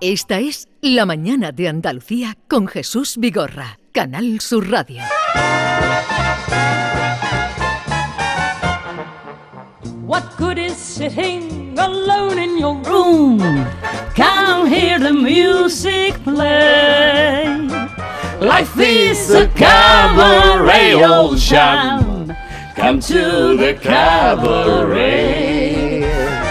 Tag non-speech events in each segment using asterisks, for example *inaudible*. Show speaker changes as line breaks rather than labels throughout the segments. Esta es La Mañana de Andalucía con Jesús Vigorra, Canal Sur Radio.
What good is sitting alone in your room? Come hear the music play. Life is a cabaret, old chum. Come to the cabaret.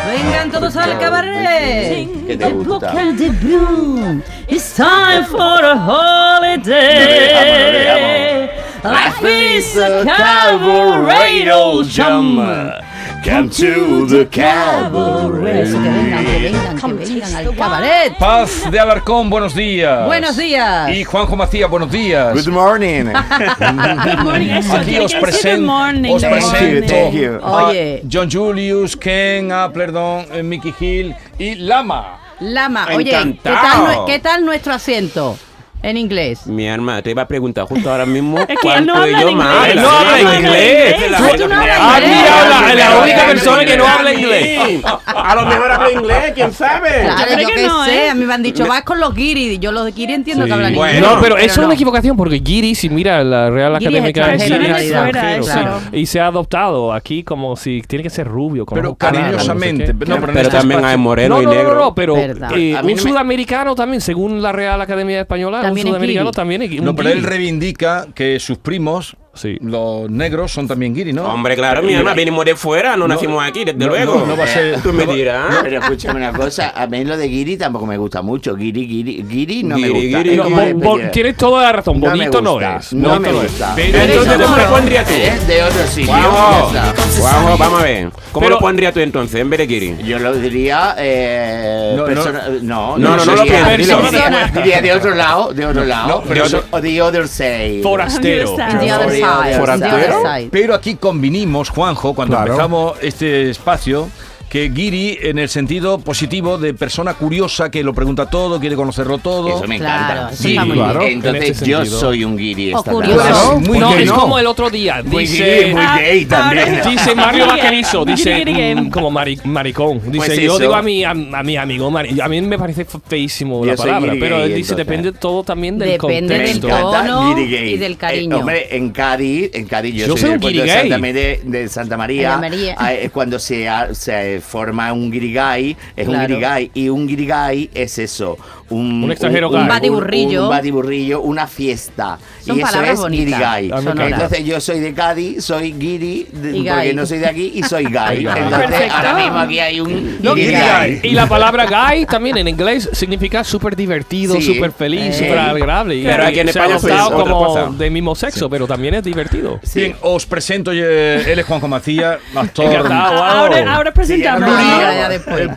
Vengan todos al cabaret.
¿Qué te gusta?
de bloom. It's time for a
holiday.
Life is
The cabaret, old chum. Come to the cabaret.
Eso, que vengan, que vengan, que vengan al cabaret.
Paz de Alarcón, buenos días.
Buenos días.
Y Juanjo Macías, buenos días.
Good morning.
Aquí os, presen- os
Thank you,
presento
thank you.
a
Oye.
John Julius, Ken, ah, perdón, eh, Mickey Hill y Lama.
Lama, oye, ¿qué tal,
Encantado.
nue- qué tal nuestro acento en inglés?
Mi hermana, te iba a preguntar justo ahora mismo
que él
cuánto
no habla
idioma
inglés.
habla.
Él no habla
inglés.
Ah, tú no hablas
Ah,
inglés.
mira, habla- es la
Pero
única
habla
persona que no
inglés.
habla inglés.
A lo mejor habla inglés, quién sabe.
Claro,
creo
yo
que
qué
no,
sé,
¿eh?
a mí me han dicho, vas con los guiris, yo los guiris entiendo que hablan
Bueno,
inglés.
No,
No, pero eso es
no.
una equivocación porque Giri, si mira la Real
Giri es
Académica de
extranjero, en
Giri, es
realidad.
extranjero,
Claro.
sí. y se ha adoptado aquí como si tiene que ser rubio, con
Pero
ojos claros, no sé
cariñosamente.
qué.
no, pero en
Pero
este
también hay
espacio-
moreno
No,
y
no, no,
negro.
no, no, pero
Verdad.
eh,
A mí
un
no me-
sudamericano también, según la Real Academia Española,
También es
un sudamericano
guiri.
también es un
No, pero él
guiri.
reivindica que sus primos,
Sí.
los negros, son también guiri, ¿no?
Hombre, claro, mi hermana, venimos de fuera, no nacimos aquí, desde
no,
luego.
no, no va a ser-
Tú me
no va-
dirás.
Pero escúchame una cosa, a mí lo de Giri tampoco me gusta mucho. Giri, Giri, Giri no me
Guiri,
gusta.
guiri,
Es
Eh, No,
como
bo-
de-
bo- tienes toda la razón,
No me
bonito no,
gusta,
es.
no
bonito
me gusta.
Pero entonces, ¿cómo lo pondrías tú?
Es de otro sitio.
Guau,
o sea,
guau, vamos a ver. ¿Cómo
Pero-
lo pondrías tú entonces en vez de Giri?
Yo lo diría. Eh,
No, no.
persona-
No,
no,
no, no lo
diría-
pienses, dilo.
Diría, diría de otro lado, de otro lado.
pero
de
eso-
otro- o the other side.
Forastero.
The other
Sorry,
side,
other
the other
side.
side.
Pero aquí convinimos, Juanjo, cuando empezamos este espacio, que Giri, en el sentido positivo de persona curiosa que lo pregunta todo, quiere conocerlo todo.
Eso me
Claro,
encanta.
eso está muy
claro,
bien.
Entonces
en este
yo
sentido.
soy un guiri.
O
esta
curioso.
tarde.
Claro. Muy
no,
bien,
es
no.
como el otro día.
Muy
Dice,
guiri, muy gay también.
Dice Mario Vaquerizo, dice
Guiri, guiri.
mm, como mari- maricón. Dice,
Pues
yo
eso.
digo a mi, a, a mi amigo, mari- a mí me parece feísimo la
Yo soy
palabra,
guiri
pero él
gay,
dice,
entonces.
depende todo también del
Depende
Me
del
contexto.
encanta
tono
guiri gay.
y del
Eh,
cariño.
hombre, en Cádiz, en Cádiz, yo,
Yo soy
soy
un
del puerto de
guiri
Santa,
gay.
María- de Santa
Ana
María.
María.
ah, es cuando se, ha- se forma un guirigay, es un
Claro.
guirigay. Y un guirigay es eso: un,
Un extranjero gay.
Un batiburrillo.
Un, batiburrillo, una fiesta.
Son
y eso
palabras
es
bonitas,
guirigay.
sonoras.
Entonces yo soy de Cádiz, soy guiri, de-
Y
porque
gay.
no soy de aquí
*laughs*
y soy gay. Entonces
Perfecto.
ahora mismo aquí hay un
No,
guirigay.
y la palabra guy también en inglés significa súper divertido,
Sí.
súper feliz,
Eh.
Sí.
súper agradable. Y
Pero aquí en
se ha
España pues,
adoptado
otra cosa.
como de mismo sexo, pero también es divertido.
Bien, os presento, eh, él es Juanjo Macías, actor.
Encantado, wow.
Ahora, ahora presentamos.
Sí,
pluri-
ahora ya después.
eh,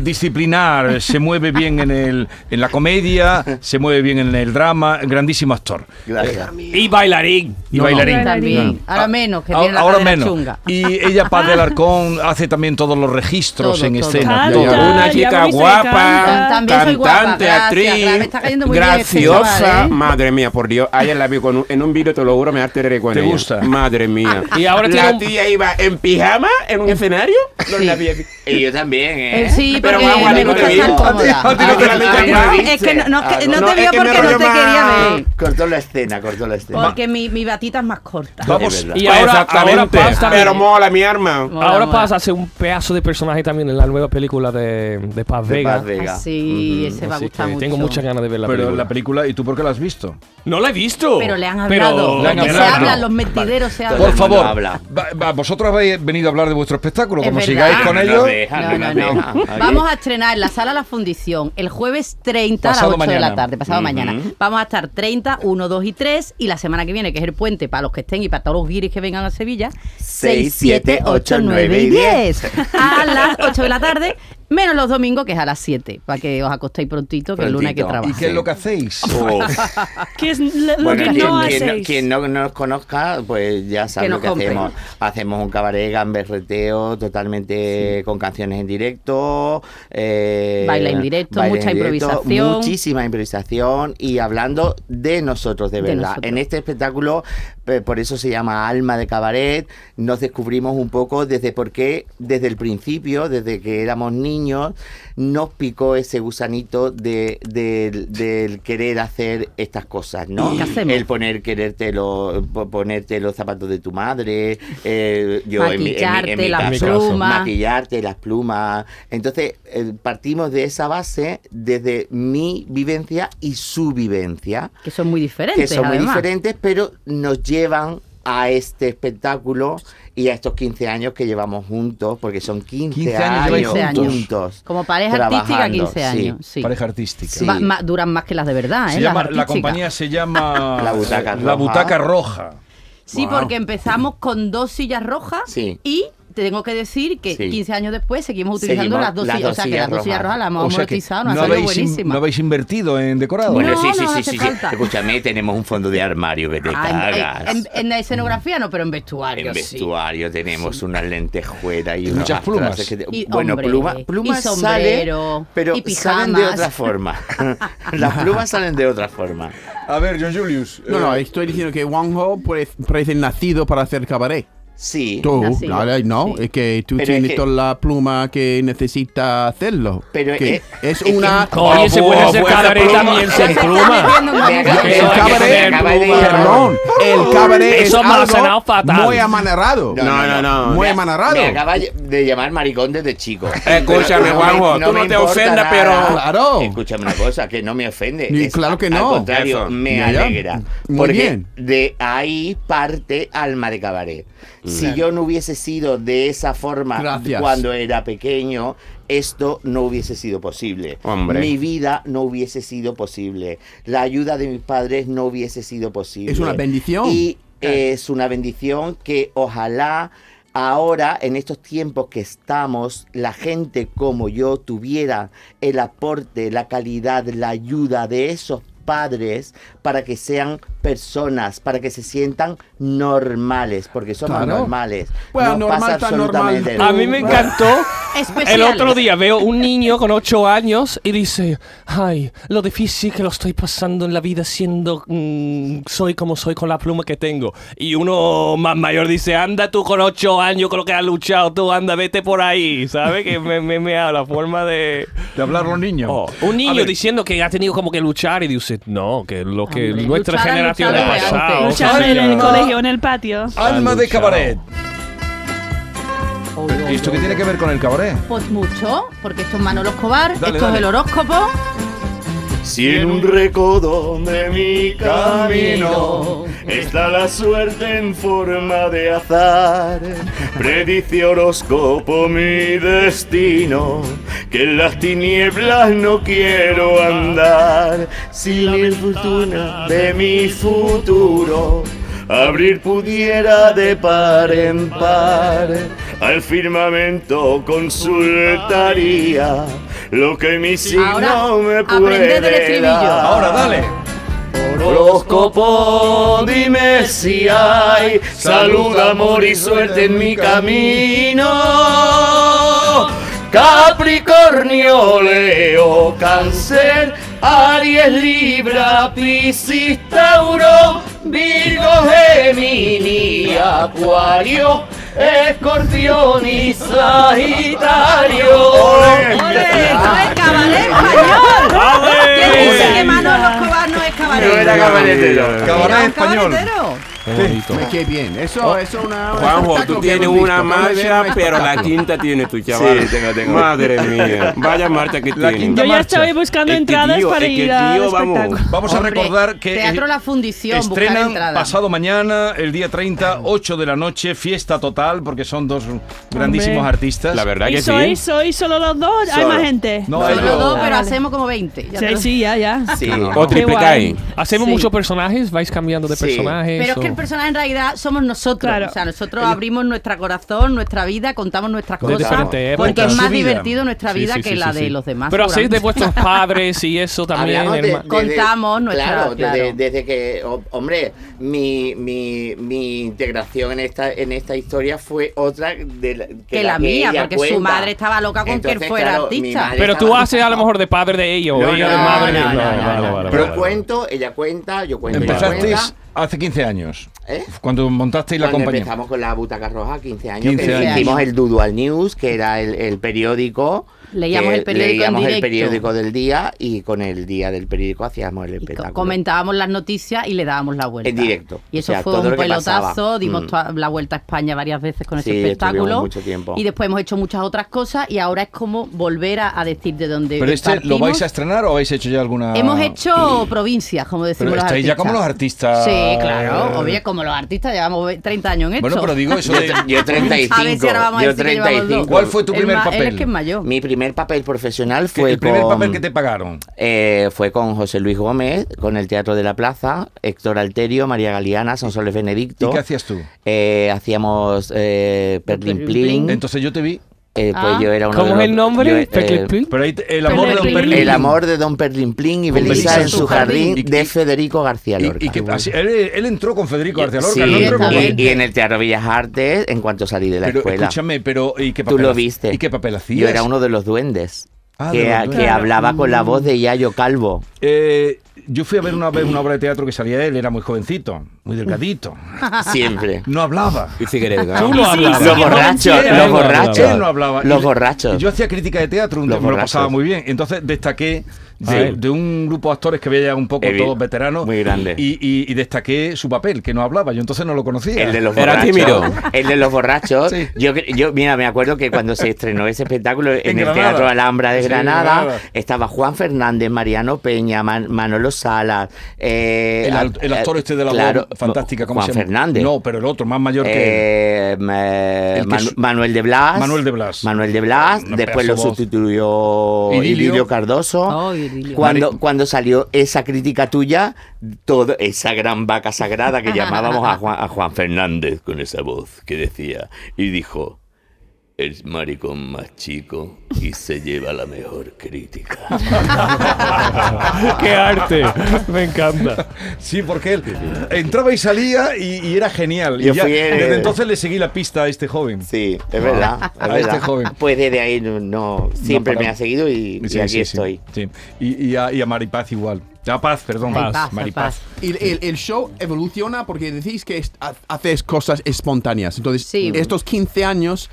pluridisciplinar, se mueve bien en, el, en la comedia, se mueve bien en el drama, grandísimo actor.
Gracias.
Y bailarín.
Y bailarín.
También. Ahora menos, que tiene la
Ahora
cadera
menos.
chunga.
Y ella, Paz del Arcón, hace también todos los registros
Todo,
en
todo.
escena.
Canta,
Todo.
Una
ya
chica
voy, se
guapa,
canta.
También soy
cantante,
guapa, gracias,
actriz,
claro, me está cayendo muy bien este
graciosa.
chaval, ¿eh?
Madre mía, por Dios. Ayer la vi con un- en un vídeo, te lo juro, me harté de reír con
¿Te
ella.
gusta?
Madre mía.
*laughs* Y ahora
la
tiene un-
tía iba en pijama en un escenario. No la vi aquí.
Y yo también, ¿eh?
Eh, sí,
Pero
porque
vamos a
me
ver, no
gusta
te
estar
vi.
cómoda.
A ti no te la metas,
Ah,
¿no?
Es que no, no, que- no
No,
te
es
vi
que me
porque no
rollo
te
más-
quería ver.
Cortó la escena, cortó la escena.
Porque mi, mi batita es más corta.
Vamos,
Y ahora, ahora
Exactamente.
pasa.
Pero mola, mi arma.
Mola,
Ahora
mola.
pasa a ser un pedazo de personaje también en la nueva película de, de Paz
De
Vega.
Paz Vega.
Ah, sí, ese va a
Así
gustar
que
mucho.
Tengo muchas ganas de ver la
pero
película.
la película, ¿y tú por qué la has visto?
No la he visto.
Pero le han
Pero-
hablado.
le han
Porque se
hablado.
hablan, los metideros se
Todo
Por
el
hablan.
mundo
favor,
habla.
va- va- vosotros habéis venido a hablar de vuestro espectáculo,
Es
como
verdad.
sigáis con
No
ellos.
nos deja,
No, no,
nos
no.
deja. Oye,
Vamos a estrenar en la sala La Fundición el jueves 30 a
Pasado
las 8 de
mañana.
la tarde, pasado
Ujú.
mañana. Vamos a estar 30, 1, 2 y 3 y la semana que viene, que es el puente para los que estén y para todos los guiris que vengan a Sevilla, 6, 7, 8, 9 y 10. A las 8 de la tarde, menos los domingos, que es a las 7, para que os acostéis prontito, que el lunes hay que
Prontito.
¿Y qué es
trabajar.
lo que hacéis? Oh,
Uf.
¿Qué es lo lo
Bueno,
que
quien,
no
quien no-
hacéis?
quien no nos conozca, pues ya sabe
Que
lo
nos
que
compre.
hacemos. Hacemos un cabaret gamberreteo totalmente con canciones en directo. eh,
Baila en directo, mucha improvisación.
Muchísima improvisación y hablando de nosotros,
De
de verdad.
nosotros.
En este espectáculo, eh, por eso se llama Alma de Cabaret, nos descubrimos un poco desde por qué, desde el principio, desde que éramos niños nos picó ese gusanito de, del- del querer hacer estas cosas, ¿no?
¿Qué hacemos?
El poner, quererte lo- po- ponerte los zapatos de tu madre, eh, yo en mi- en mi- en mi
Maquillarte la
caso,
pluma.
maquillarte las plumas. Entonces, eh, partimos de esa base desde mi vivencia y su vivencia
Que son muy diferentes.
que son muy
además.
diferentes, pero nos llevan a este espectáculo y a estos 15 años que llevamos juntos, porque son 15,
15 años
años,
lleváis
juntos.
juntos.
Como pareja artística,
trabajando,
15
sí.
años. Sí.
Pareja artística.
Sí.
Va- ma- duran más que las de verdad,
Se
¿eh?
llama-
las
la
artísticas.
compañía se llama
La Butaca
La
Roja.
Butaca Roja.
Sí,
Wow.
porque empezamos con dos sillas rojas
Sí.
y te tengo que decir que
Sí.
15 años después seguimos utilizando
Seguimos
las dos
las
sillas.
dos
o sea, que
sillas
las dos sillas
rojas.
rojas las hemos
O sea que
monetizado, nos
no
han salido
habéis in-
buenísimas.
no habéis invertido en decorado.
Bueno,
No,
sí, sí,
no
sí,
hace
sí, sí.
falta.
Escúchame, tenemos un fondo de armario que te
Ah,
cagas.
en, en- en la escenografía no, pero en
En
vestuario, sí.
vestuario tenemos unas lentejuelas y
Y
unas
muchas plumas.
frases que te-
Y,
bueno,
hombre,
plumas,
y
plumas
sombrero,
salen, pero
y
salen de
pijamas.
otra forma.
*laughs*
Las plumas salen de otra forma.
A ver, John Julius.
No,
eh,
no, estoy diciendo que Wang Ho parece, parece nacido para hacer cabaret.
Sí.
Tú,
Nacido,
ahora no,
sí.
es que tú
Pero
tienes
es que-
toda la pluma que necesita hacerlo.
Pero
Que
es-
es,
es que-
una...
Oye, se puede hacer
Fuerza
cabaret
pluma.
también sin
Está
pluma.
metiendo
Venga,
en
que
El
eso hay que
cabaret,
tener
cabaret,
pluma.
perdón, el cabaret
Eso me
es
ha
algo
sonado fatal.
muy amanerado.
No, no, no.
Muy
Me-
amanerado.
Me acaba de llamar maricón desde chico.
Escúchame,
Pero
Juanjo,
me-
tú no
me
te
importa
ofendas,
nada.
pero-
Claro.
Escúchame una cosa, que no me ofende.
Ni- claro que no.
Al contrario,
Eso.
me
Ya, ya.
alegra.
Muy
porque
bien.
de ahí parte Alma de Cabaret. Si yo no hubiese sido de esa forma
Gracias.
cuando era pequeño, esto no hubiese sido posible.
Hombre.
Mi vida no hubiese sido posible. La ayuda de mis padres no hubiese sido posible.
Es una bendición. Ah.
Y es una bendición que ojalá ahora, en estos tiempos que estamos, la gente como yo tuviera el aporte, la calidad, la ayuda de esos padres para que sean personas, para que se sientan normales, porque somos
Claro.
normales.
Bueno,
no
normal
pasa
tan normal.
absolutamente
A
nada.
mí me encantó. El
Especiales.
otro día veo un niño con 8 años y dice, ay, lo difícil que lo estoy pasando en la vida siendo, mm, soy como soy con la pluma que tengo. Y uno más mayor dice, anda tú con 8 años con lo que has luchado, tú anda, vete por ahí, ¿sabes? Que me, me, me da la forma de...
De hablar los niños.
Oh, un
A
niño
ver,
diciendo que ha tenido como que luchar y dice, no, que lo que
Hombre,
nuestra
luchar ha
generación ha
luchado
desde
pasado.
antes.
Luchar en el
¿sabes?
colegio, en el patio.
Alma de cabaret.
Oh, oh,
¿Y esto
oh.
qué tiene que ver con el cabaret?
Pues mucho, porque esto es Manolo Escobar,
Dale,
esto
dale.
es el horóscopo.
Si en un recodo de mi camino está la suerte en forma de azar, predice horóscopo mi destino, que en las tinieblas no quiero andar. Si la fortuna de mi futuro abrir pudiera de par en par. Al firmamento consultaría lo que mi signo
Ahora,
me
aprended el
puede
estribillo.
dar.
Ahora, dale.
Horóscopo, dime si hay salud, amor y suerte en mi camino. Capricornio, Leo, Cáncer, Aries, Libra, Piscis, Tauro, Virgo, Gemini, Acuario, Escorpión y Sagitario.
*laughs* Esto es cabaret español. ¿Quién dice
¡Ale!
que Manolo Escobar no es
Yo
cabaret?
era cabaretero.
Era
Cabaret
un
español.
cabaretero.
Me quedé bien.
Oh,
Eso es una...
Juanjo, tú tienes una marcha, pero la
aquí
quinta tiene tu chaval.
Sí, tengo, tengo.
Madre mía, vaya marcha que
La
tiene.
quinta
Yo ya
marcha.
estaba ahí buscando
Es que,
entradas
tío,
para
es que,
ir al
tío, vamos.
espectáculo.
Vamos a
Hombre,
recordar que. eh,
Teatro La Fundición, buscar
Estrenan
entradas.
pasado mañana, el día 30, 8 de la noche, fiesta total, porque son dos grandísimos
Hombre.
artistas.
La verdad
¿Y
que
soy,
sí.
soy solo los dos? ¿Hay
Solo.
más gente?
No, hay
Solo
dos.
dos, pero
Ah, vale.
hacemos como 20. ya te
Sí,
lo-
sí, ya, ya.
Sí.
O triple
Qué guay.
K.
Hacemos
Sí.
muchos personajes, vais cambiando de
Sí.
personajes.
Pero es
o-
que el personaje en realidad somos nosotros.
Claro.
O sea, nosotros abrimos nuestro corazón, nuestra vida, contamos nuestras
De
cosas.
diferentes
Porque
épocas.
es más
Su vida.
divertido nuestra
Sí,
vida
sí,
que
sí,
la
sí,
de
sí.
los demás.
Pero hacéis de
seguramente. *laughs*
vuestros padres y eso también.
Hablamos de-
herma-
de- de-
Contamos nuestra-
claro, Desde,
claro.
desde que ho- hombre mi, mi, mi integración en esta en esta historia fue otra de la, que,
Que la mía,
ella
porque
cuenta.
su madre estaba loca con que
Entonces,
fuera
claro, mi
artista.
madre
Pero tú
estaba-
haces a lo mejor de padre de ella o
No,
ella
no,
de
no,
madre.
no,
de-
no, no,
vale,
no.
vale,
Yo
vale, vale.
cuento, ella cuenta, yo cuento, ella
Empezasteis
cuenta.
hace 15 años.
¿Eh?
Cuando montasteis la
Cuando
compañía.
empezamos con la butaca roja, 15 años,
15
que
años.
hicimos el Dudual News, que era el, el periódico
Leíamos
que
el periódico en
leíamos el
directo.
periódico del día y con el día del periódico hacíamos el
Y co-
espectáculo.
comentábamos las noticias y le dábamos la vuelta.
En directo.
Y eso
O sea,
fue
todo
un
lo que
pelotazo,
pasaba.
dimos
Mm.
toda la vuelta a España varias veces con
Sí,
ese espectáculo.
estuvimos mucho tiempo.
Y después hemos hecho muchas otras cosas y ahora es como volver a, a decir de dónde
¿Pero este lo
partimos.
vais a estrenar o habéis hecho ya alguna...? *clears throat*
Hemos hecho provincias, como decimos
Pero
los
estáis
artistas.
ya como los artistas. eh,
Sí, claro. Oye, como los artistas llevamos 30 años en esto.
Bueno, pero digo eso de...
Yo 35.
A ver si ahora vamos a
yo
decir que llevamos
35.
dos.
¿Cuál fue tu
Él
primer
ma- Él es
papel?
que es mayor.
Mi primer papel profesional
que
fue
el primer
con,
papel que te pagaron.
eh, fue con José Luis Gómez, con el Teatro de la Plaza, Héctor Alterio, María Galeana, Sonsoles Benedicto.
¿Y qué hacías tú?
Eh, hacíamos eh, Perlin
Perlin
Plin.
Plin.
Entonces yo te vi.
Eh, pues
Ah.
yo era uno
¿Cómo
de
es
los-
el
yo,
nombre? este
eh,
Perclipli.
Pero ahí te- el amor de
Perlin
Don
Plin.
Perlin.
El amor de Don Perlin Plin y
Con
Belisa en su jardín
Y- y-
de Federico García
Y-
Lorca.
y que- así- él, él entró con Federico García Lorca.
Sí,
él no entró con-
y, y en el Teatro Bellas Artes en cuanto salí de la
Pero
escuela.
escúchame, pero ¿y qué
Tú
papel
lo
ha-
viste.
¿Y qué papel hacías?
Yo era uno de los duendes.
Ah,
que
de los
que
duendes. Mm.
hablaba con la voz de Yayo Calvo.
Eh, yo fui a ver una vez una obra de teatro que salía él, era muy jovencito, muy delgadito.
Siempre.
No hablaba.
Y cigareta.
Tú lo hablabas.
los borrachos,
Él
los
no hablaba.
borrachos.
Él no hablaba.
Los
Y-
borrachos.
y Yo hacía crítica de teatro, un
Los
tiempo, me lo
borrachos.
pasaba muy bien. Entonces destaqué de,
Sí.
de un grupo de actores que había ya un poco
Evi-
todos veteranos.
muy grande.
Y, y- y destaqué su papel, que no hablaba. Yo entonces no lo conocía.
El de los
Era
borrachos.
tímido.
El de los borrachos.
Sí.
Yo, cre- yo, mira, me acuerdo que cuando se estrenó ese espectáculo en,
En
el
Granada.
Teatro Alhambra de
Sí,
Granada,
Granada.
estaba Juan Fernández, Mariano Peña, Man- Manolo Salas. eh,
El, al- el actor
eh,
este de la
claro,
voz fantástica, ¿cómo
Juan
se llama?
Fernández.
No, pero el otro, más mayor que él.
Eh, eh,
El que
Manu-
su-
Manuel de Blas.
Manuel de Blas.
Manuel de Blas.
Una
después
pedazo
lo
voz.
sustituyó
Idilio.
Idilio, Cardoso.
Ay, Idilio.
Cuando, cuando salió esa crítica tuya, todo, esa gran vaca sagrada que llamábamos a Juan, a Juan Fernández con esa voz que decía y dijo. Es maricón más chico y se lleva la mejor
*laughs*
crítica.
¡Qué arte! Me encanta.
Sí, porque él entraba y salía y, y era genial. Y
Yo
ya-
fui el-
desde entonces le seguí la pista a este joven.
Sí, es verdad. es
A
verdad.
este joven.
Pues desde ahí no, no- siempre
parado.
me ha seguido y, y
Sí,
aquí
sí, sí.
estoy.
Sí. Y, y a, y a Maripaz igual. A Paz, perdón. Paz,
Paz,
Paz,
Maripaz.
Paz.
Y el, el- el show evoluciona porque decís que es- ha- haces cosas espontáneas. Entonces,
Sí.
estos 15 años,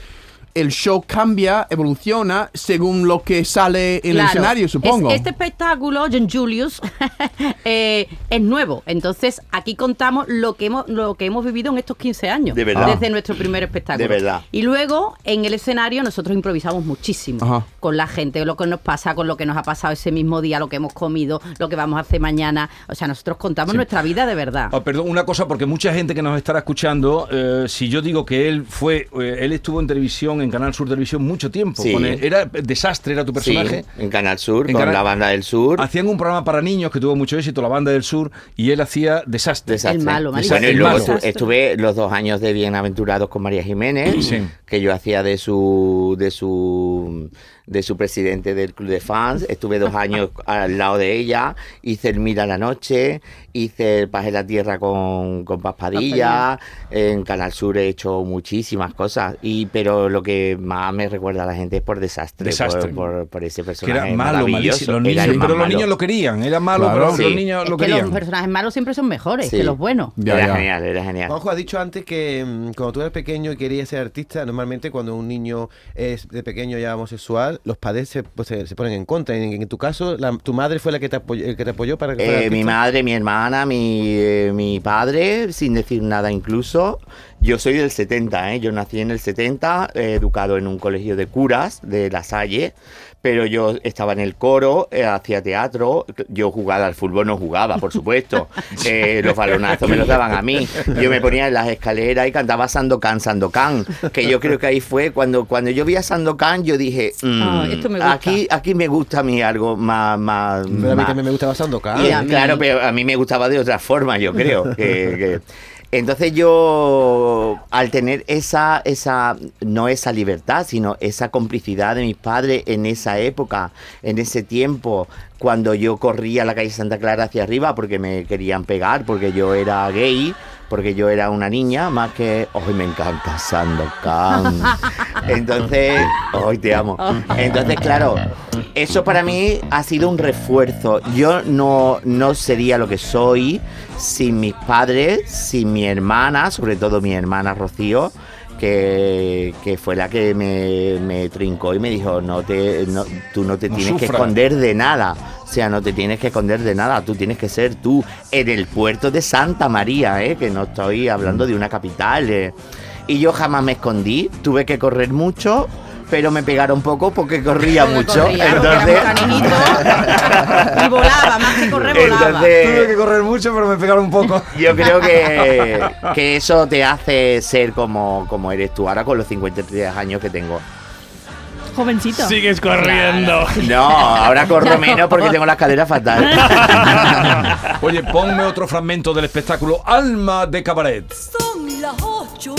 el show cambia, evoluciona según lo que sale en el
Claro.
escenario,
Es-
supongo.
este espectáculo, John Julius, *laughs* eh, es nuevo. Entonces, aquí contamos lo que hemos, lo que hemos vivido en estos 15 años.
De verdad.
Desde nuestro primer espectáculo.
De verdad.
Y luego, en el escenario, nosotros improvisamos muchísimo
Ajá.
con la gente, lo que nos pasa, con lo que nos ha pasado ese mismo día, lo que hemos comido, lo que vamos a hacer mañana. O sea, nosotros contamos nuestra vida de verdad.
Ah, perdón, una cosa, porque mucha gente que nos estará escuchando, eh, si yo digo que él fue, eh, él estuvo en televisión, en Canal Sur Televisión, mucho tiempo.
Sí.
con él. Era desastre, era tu personaje.
Sí, en Canal Sur,
En
con
Canal-
la banda del sur.
Hacían un programa para niños que tuvo mucho éxito, la banda del sur, y él hacía desastre.
Desastre.
El malo, malísimo.
Bueno, y
El
luego
malo.
estu- estuve los dos años de Bienaventurados con María Jiménez,
Sí.
que yo hacía de su, de su de su presidente del club de fans. Estuve dos años al lado de ella. Hice el Mira la Noche, hice el Paz en la Tierra con, con Paz Padilla. En Canal Sur he hecho muchísimas cosas. Y, pero lo que más me recuerda a la gente es por desastre,
Desastre.
Por, por- por ese
Que
personaje.
Eh, era malo, malísimo.
maravilloso.
Los
Era
niños,
el más
pero los
malo.
niños lo querían. Era malo,
Claro.
pero los
Sí.
niños
es
lo
que los
querían.
personajes malos siempre son mejores
Sí.
que los buenos.
Ya,
era
ya.
genial, era genial.
Juanjo ha dicho antes que mm, cuando tú eres pequeño y querías ser artista, normalmente cuando un niño es de pequeño ya homosexual, los padres se, pues, se, se ponen en contra. En, en tu caso, la- tu madre fue la que te apoyó, el que te apoyó para que fueras
Eh, mi
artista.
madre, mi hermana, mi, eh, mi padre, sin decir nada incluso. Yo soy del 70, ¿eh? yo nací en el 70, eh, educado en un colegio de curas de La Salle, pero yo estaba en el coro, eh, hacía teatro, yo jugaba al fútbol, no jugaba,
*laughs*
por supuesto. Eh, los balonazos me los daban a mí. Yo me ponía en las escaleras y cantaba Sandokan, Sandokan, que yo creo que ahí fue cuando, cuando yo vi a Sandokan, yo dije, "Mm,
Ah, esto me gusta".
Aquí, aquí me gusta a mí algo más... más
Pero a mí
más".
también me gustaba Sandokan.
Y,
a mí-
Claro, pero a mí me gustaba de otra forma, yo creo. que- que- Entonces yo, al tener esa, esa, no esa libertad, sino esa complicidad de mis padres en esa época, en ese tiempo, cuando yo corría la calle Santa Clara hacia arriba porque me querían pegar, porque yo era gay, porque yo era una niña, más que, hoy me encanta Sandokan. Entonces, hoy te amo. Entonces, claro, eso para mí ha sido un refuerzo. Yo no, no sería lo que soy sin mis padres, sin mi hermana, sobre todo mi hermana Rocío, que, que fue la que me, me trincó y me dijo, no te, no- tú no te
No
tienes que
sufras.
esconder de nada. O sea, no te tienes que esconder de nada, tú tienes que ser tú en el puerto de Santa María, ¿eh? que no estoy hablando de una capital. eh. Y yo jamás me escondí, tuve que correr mucho, pero me pegaron poco porque corría mucho. Entonces, *laughs*
Y volaba, más que correr, volaba.
entonces
que correr mucho, pero me pegaron un poco. *laughs*
yo creo que, que eso te hace ser como, como eres tú ahora con los 53 años que tengo.
Jovencito.
Sigues corriendo.
No, ahora corro menos porque tengo las caderas fatal.
Oye, ponme otro fragmento del espectáculo Alma de Cabaret.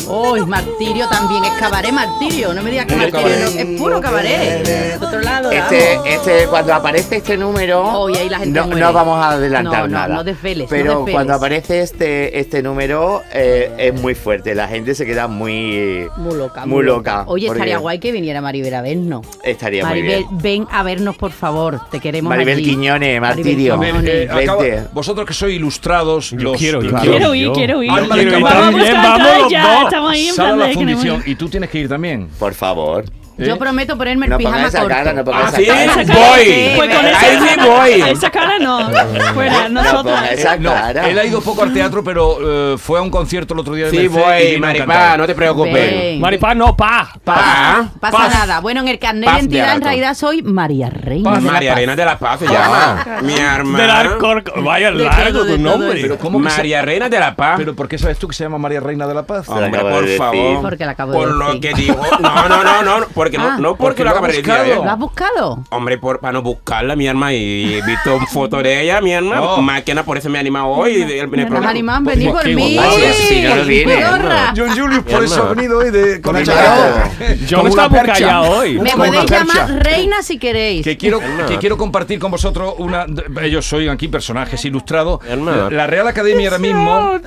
Uy, martirio también, es cabaret martirio. No me digas que
Puro
martirio no,
cabaret.
es puro cabaret. Otro lado,
Este,
vamos.
este, cuando aparece este número,
Hoy ahí la gente
no,
muere.
no vamos a adelantar
No, no,
nada.
no desveles, no
Pero
desveles.
cuando aparece este, este número, eh, es muy fuerte. La gente se queda muy,
Muy loca.
muy loca.
Oye,
porque
estaría guay que viniera Maribel a vernos.
Estaría muy
Maribel,
bien.
ven a vernos, por favor. Te queremos
Maribel
allí.
Quiñones,
Maribel
martirio.
Ah,
A ver,
Quiñones.
eh, acaba-
Vente.
vosotros que sois ilustrados,
Yo
los-
quiero ir,
los-
Quiero ir, quiero ir.
Alma de
Quiero ir
Cabaret.
también,
cantar
vamos los
ya,
dos.
Estamos ahí en
Sala
plan
la
de que no
fundición
hemos-
y tú tienes que ir también.
Por favor.
¿eh?
Yo prometo ponerme el
No pongas
pijama
esa
corto.
cara, no pongas
¿Ah,
esa
sí?
cara.
Esa
Voy.
cara, Pues con esa
Ahí sí
cara,
voy.
Esa cara no. Fuera,
No
nosotras.
pongas esa
Eh, No,
cara.
él ha ido poco al teatro, pero eh, fue a un concierto el otro día de
Sí,
Merced y
voy,
vino
Maripá,
encantado.
no te preocupes.
Ven.
Maripá, no, pa.
Ah,
Pa,
Ah, Pasa
paz.
nada. Bueno, en el carnet
Paz
de
de
identidad en
Arco.
realidad soy María Reina.
Paz,
de la
María
Paz.
Reina de la Paz se llama. Mi hermana.
Del Arcor. Vaya
De
largo
todo, de
tu
todo
nombre.
eso.
Pero ¿cómo que se-
María Reina de la Paz.
Pero ¿por qué sabes tú que se llama María Reina de la Paz?
Ah,
Hombre,
acabo
por
de decir.
favor.
Porque la acabo de
por lo
decir.
que dijo. No, no, no, no. Porque
Ah.
no, no porque,
Porque
lo
lo ha
acabo de decir.
buscado.
¿eh?
¿Lo has buscado?
Hombre, por, para no buscarla, mi hermana. Y he visto fotos de ella, mi hermana.
No.
Más que nada, por eso me he animado hoy. y- y- en el
Nos
programa.
animan,
Pues
venid
Por-
por
qué
mí.
guapa.
Si no, no viene.
Pedorra.
John Julius, por eso ha venido hoy de, con el
Claro.
Yo me
Como una
estaba muy
percha.
callado hoy.
Me
Como una
podéis
percha.
llamar reina si queréis.
Que quiero, que quiero compartir con vosotros una. Ellos soy aquí personajes ilustrados.
Hermano.
La Real Academia ahora mismo. eh,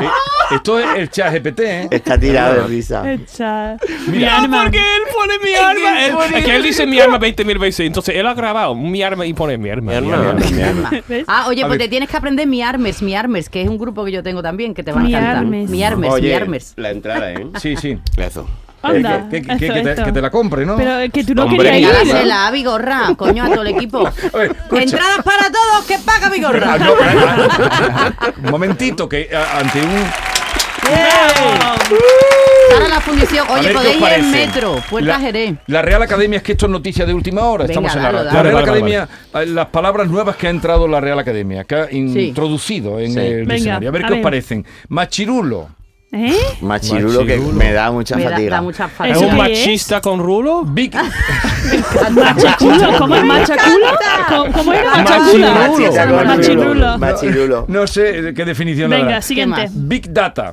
eh, esto es el chat GPT, ¿eh?
Está tirado de risa.
Eh,
Echa. Mi
Mira,
alma.
porque él pone mi alma. Él- es que él *laughs* dice mi alma 20.000 veces. Entonces él ha grabado mi alma y pone mi alma.
Mi
mi
alma.
alma.
Mi alma.
¿Ves? Ah, oye,
A
pues
ver.
te tienes que aprender Mi Armers, Mi Armers, que es un grupo que yo tengo también, que te va a
Mi
encantar.
Armers.
Mi Armers, Mi
Oye,
Armers.
la entrada, ¿eh?
Sí, sí. Eh,
Eso.
Anda.
que, que- que-
esto,
que te,
esto.
que te la compre, ¿no?
Pero eh, que tú no
Hombre,
querías ir.
regálase
Regálasela a Vigorra, coño, a todo el equipo.
ver, escucha.
Entradas para todos, que paga Vigorra.
Ah, no, ah, ah, *laughs* un momentito, que a- ante un.
Para la fundición.
A
Oye,
ver qué os
podéis ir en
parece.
metro, Puerta
La-
Jerez.
La Real Academia, es que esto es noticia de última hora,
Venga,
estamos en la
dalo,
radio.
dalo.
La Real
Vale, vale,
Academia, eh, las palabras nuevas que ha entrado la Real Academia, que ha introducido en
Sí.
el
Venga,
diccionario. A ver
a
qué
ver.
os parecen. Machirulo.
¿Eh?
Más chirulo que me da mucha
Me da,
fatiga.
da mucha
¿Es
¿Eso
un
qué
fatiga.
machista con rulo?
Vic- *laughs*
¿Machaculo? ¿Cómo es machaculo? ¿Cómo- ¿Cómo era machaculo?
Machirulo.
Machirulo.
Machirulo.
Machirulo.
No sé eh, qué definición le
Venga,
dará.
siguiente.
más?
Big Data.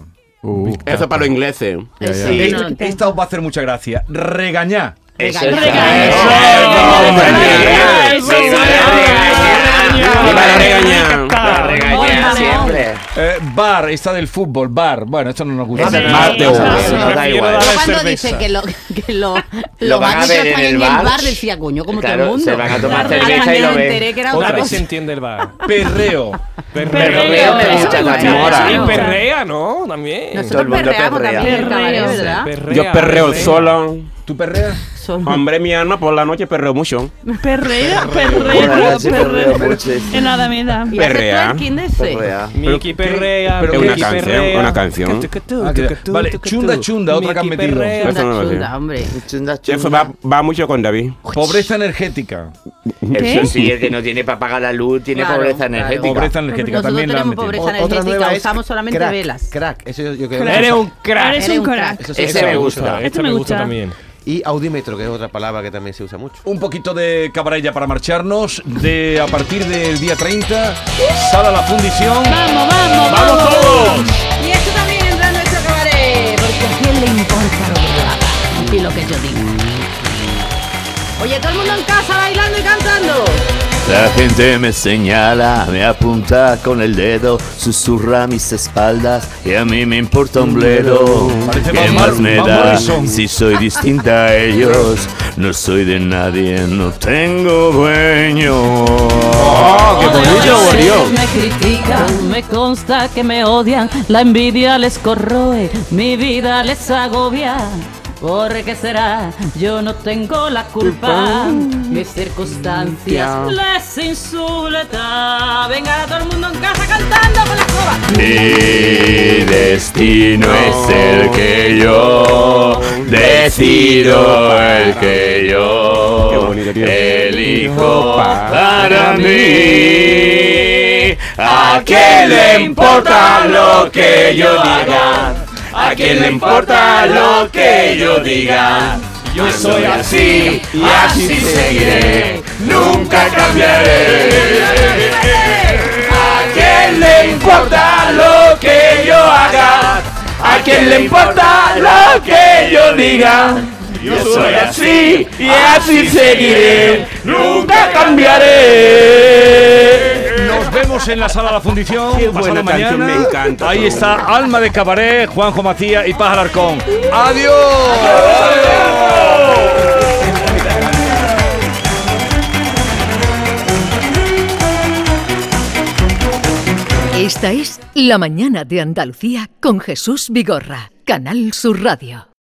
Eso para los ingleses.
Eso,
Este-
no,
Esta, os va a hacer mucha gracia. Regañar.
Eso
Regaña.
está-
Regaña.
Eso,
Eso,
hombre.
eso,
Regaña.
Y para regañar.
Lo regaña
Vale,
siempre.
Eh, bar, esta del fútbol, bar. Bueno, esto no nos gusta.
Esa es
Bar.
más de uno,
Eso,
no da
prefiero
igual.
dar-
Cuando
cerveza.
dice que lo, que lo,
Lo van a
los
ver en
están
el
en
bar.
el bar, decía, coño, como
Claro,
todo el mundo.
se van a tomar
Al
cerveza
año
y lo
me
ven.
enteré que era
Otra
otra
vez
cosa.
se entiende el bar.
Perreo.
Perreo,
me
eso
gusta,
me gusta.
Zamora.
eso me
Y
gusta.
perrea, ¿no? También.
Todo el
Nosotros
mundo
perreamos
perrea.
también en el cabaret,
Perreo.
¿verdad?
Perrea,
Yo perreo
perrea.
solo.
¿Tú perreas?
Hombre, mi alma, por la noche perreo mucho.
Perreo,
Por la
perreo,
noche perreo
perreo.
mucho. pues, sí.
En nada me da.
Y hace
Perrea.
twerking de ese.
Perrea.
Miki
Pero qué-
perrea,
pero
Es
qué-
una
Miki
canción,
perrea.
una canción.
Tucutu,
Ah, que-
tucutu,
vale,
tucutu.
chunda, chunda, otra que han
Miki
metido.
perrea.
Eso no
Chunda,
lo sé.
chunda, hombre.
Chunda,
Eso
chunda.
va, va mucho con David.
Pobreza energética.
Eso sí, el que no tiene para pagar la luz tiene
Claro,
pobreza
claro.
energética.
Pobreza energética
Nosotros
también la han
tenemos
metido.
pobreza
O- otra nueva
energética,
es
usamos solamente
crack,
velas.
Crack, eso yo- yo creo que
Eres un crack.
Eres un crack.
eso sí-
Ese
eso
me
sí
gusta.
Esta
Este
me
me
gusta
gusta.
también.
Y audímetro, que es otra palabra que también se usa mucho.
Un poquito de cabarella para marcharnos. De a partir del día 30, sala la fundición.
Vamos, vamos, vamos.
Y esto también entra en nuestro cabaret, porque a quién le importa lo que yo haga y lo que yo diga. Oye, todo el mundo en casa bailando y cantando.
La gente me señala, me apunta con el dedo, susurra a mis espaldas y a mí me importa un bledo.
Parece
¿Qué
Van
más
Mar-
me
Van
da
Morrison.
si soy distinta a ellos? No soy de nadie, no tengo dueño.
Ah,
pues,
¡Oh, qué bonito,
Me critican
Aún me consta que me odian, la envidia les corroe, mi vida les agobia. ¿Por qué será? Yo no tengo la culpa. Mis circunstancias les insulta. Venga todo el mundo en casa cantando con la escoba.
Mi destino es el que yo decido, el que yo elijo para mí. ¿A quién le importa lo que yo diga? ¿A quién le importa lo que yo diga? Yo soy así y así seguiré, nunca cambiaré. ¿A quién le importa lo que yo haga? ¿A quién le importa lo que yo diga? Yo soy así y así seguiré, nunca cambiaré.
Nos vemos en la sala de la fundición. pasado
buena
mañana.
canción, me encanta,
Ahí
todo.
está Alma de Cabaret, Juanjo Macías y Paz Alarcón. ¡Adiós!
Esta es La Mañana de Andalucía con Jesús Vigorra, Canal Sur Radio.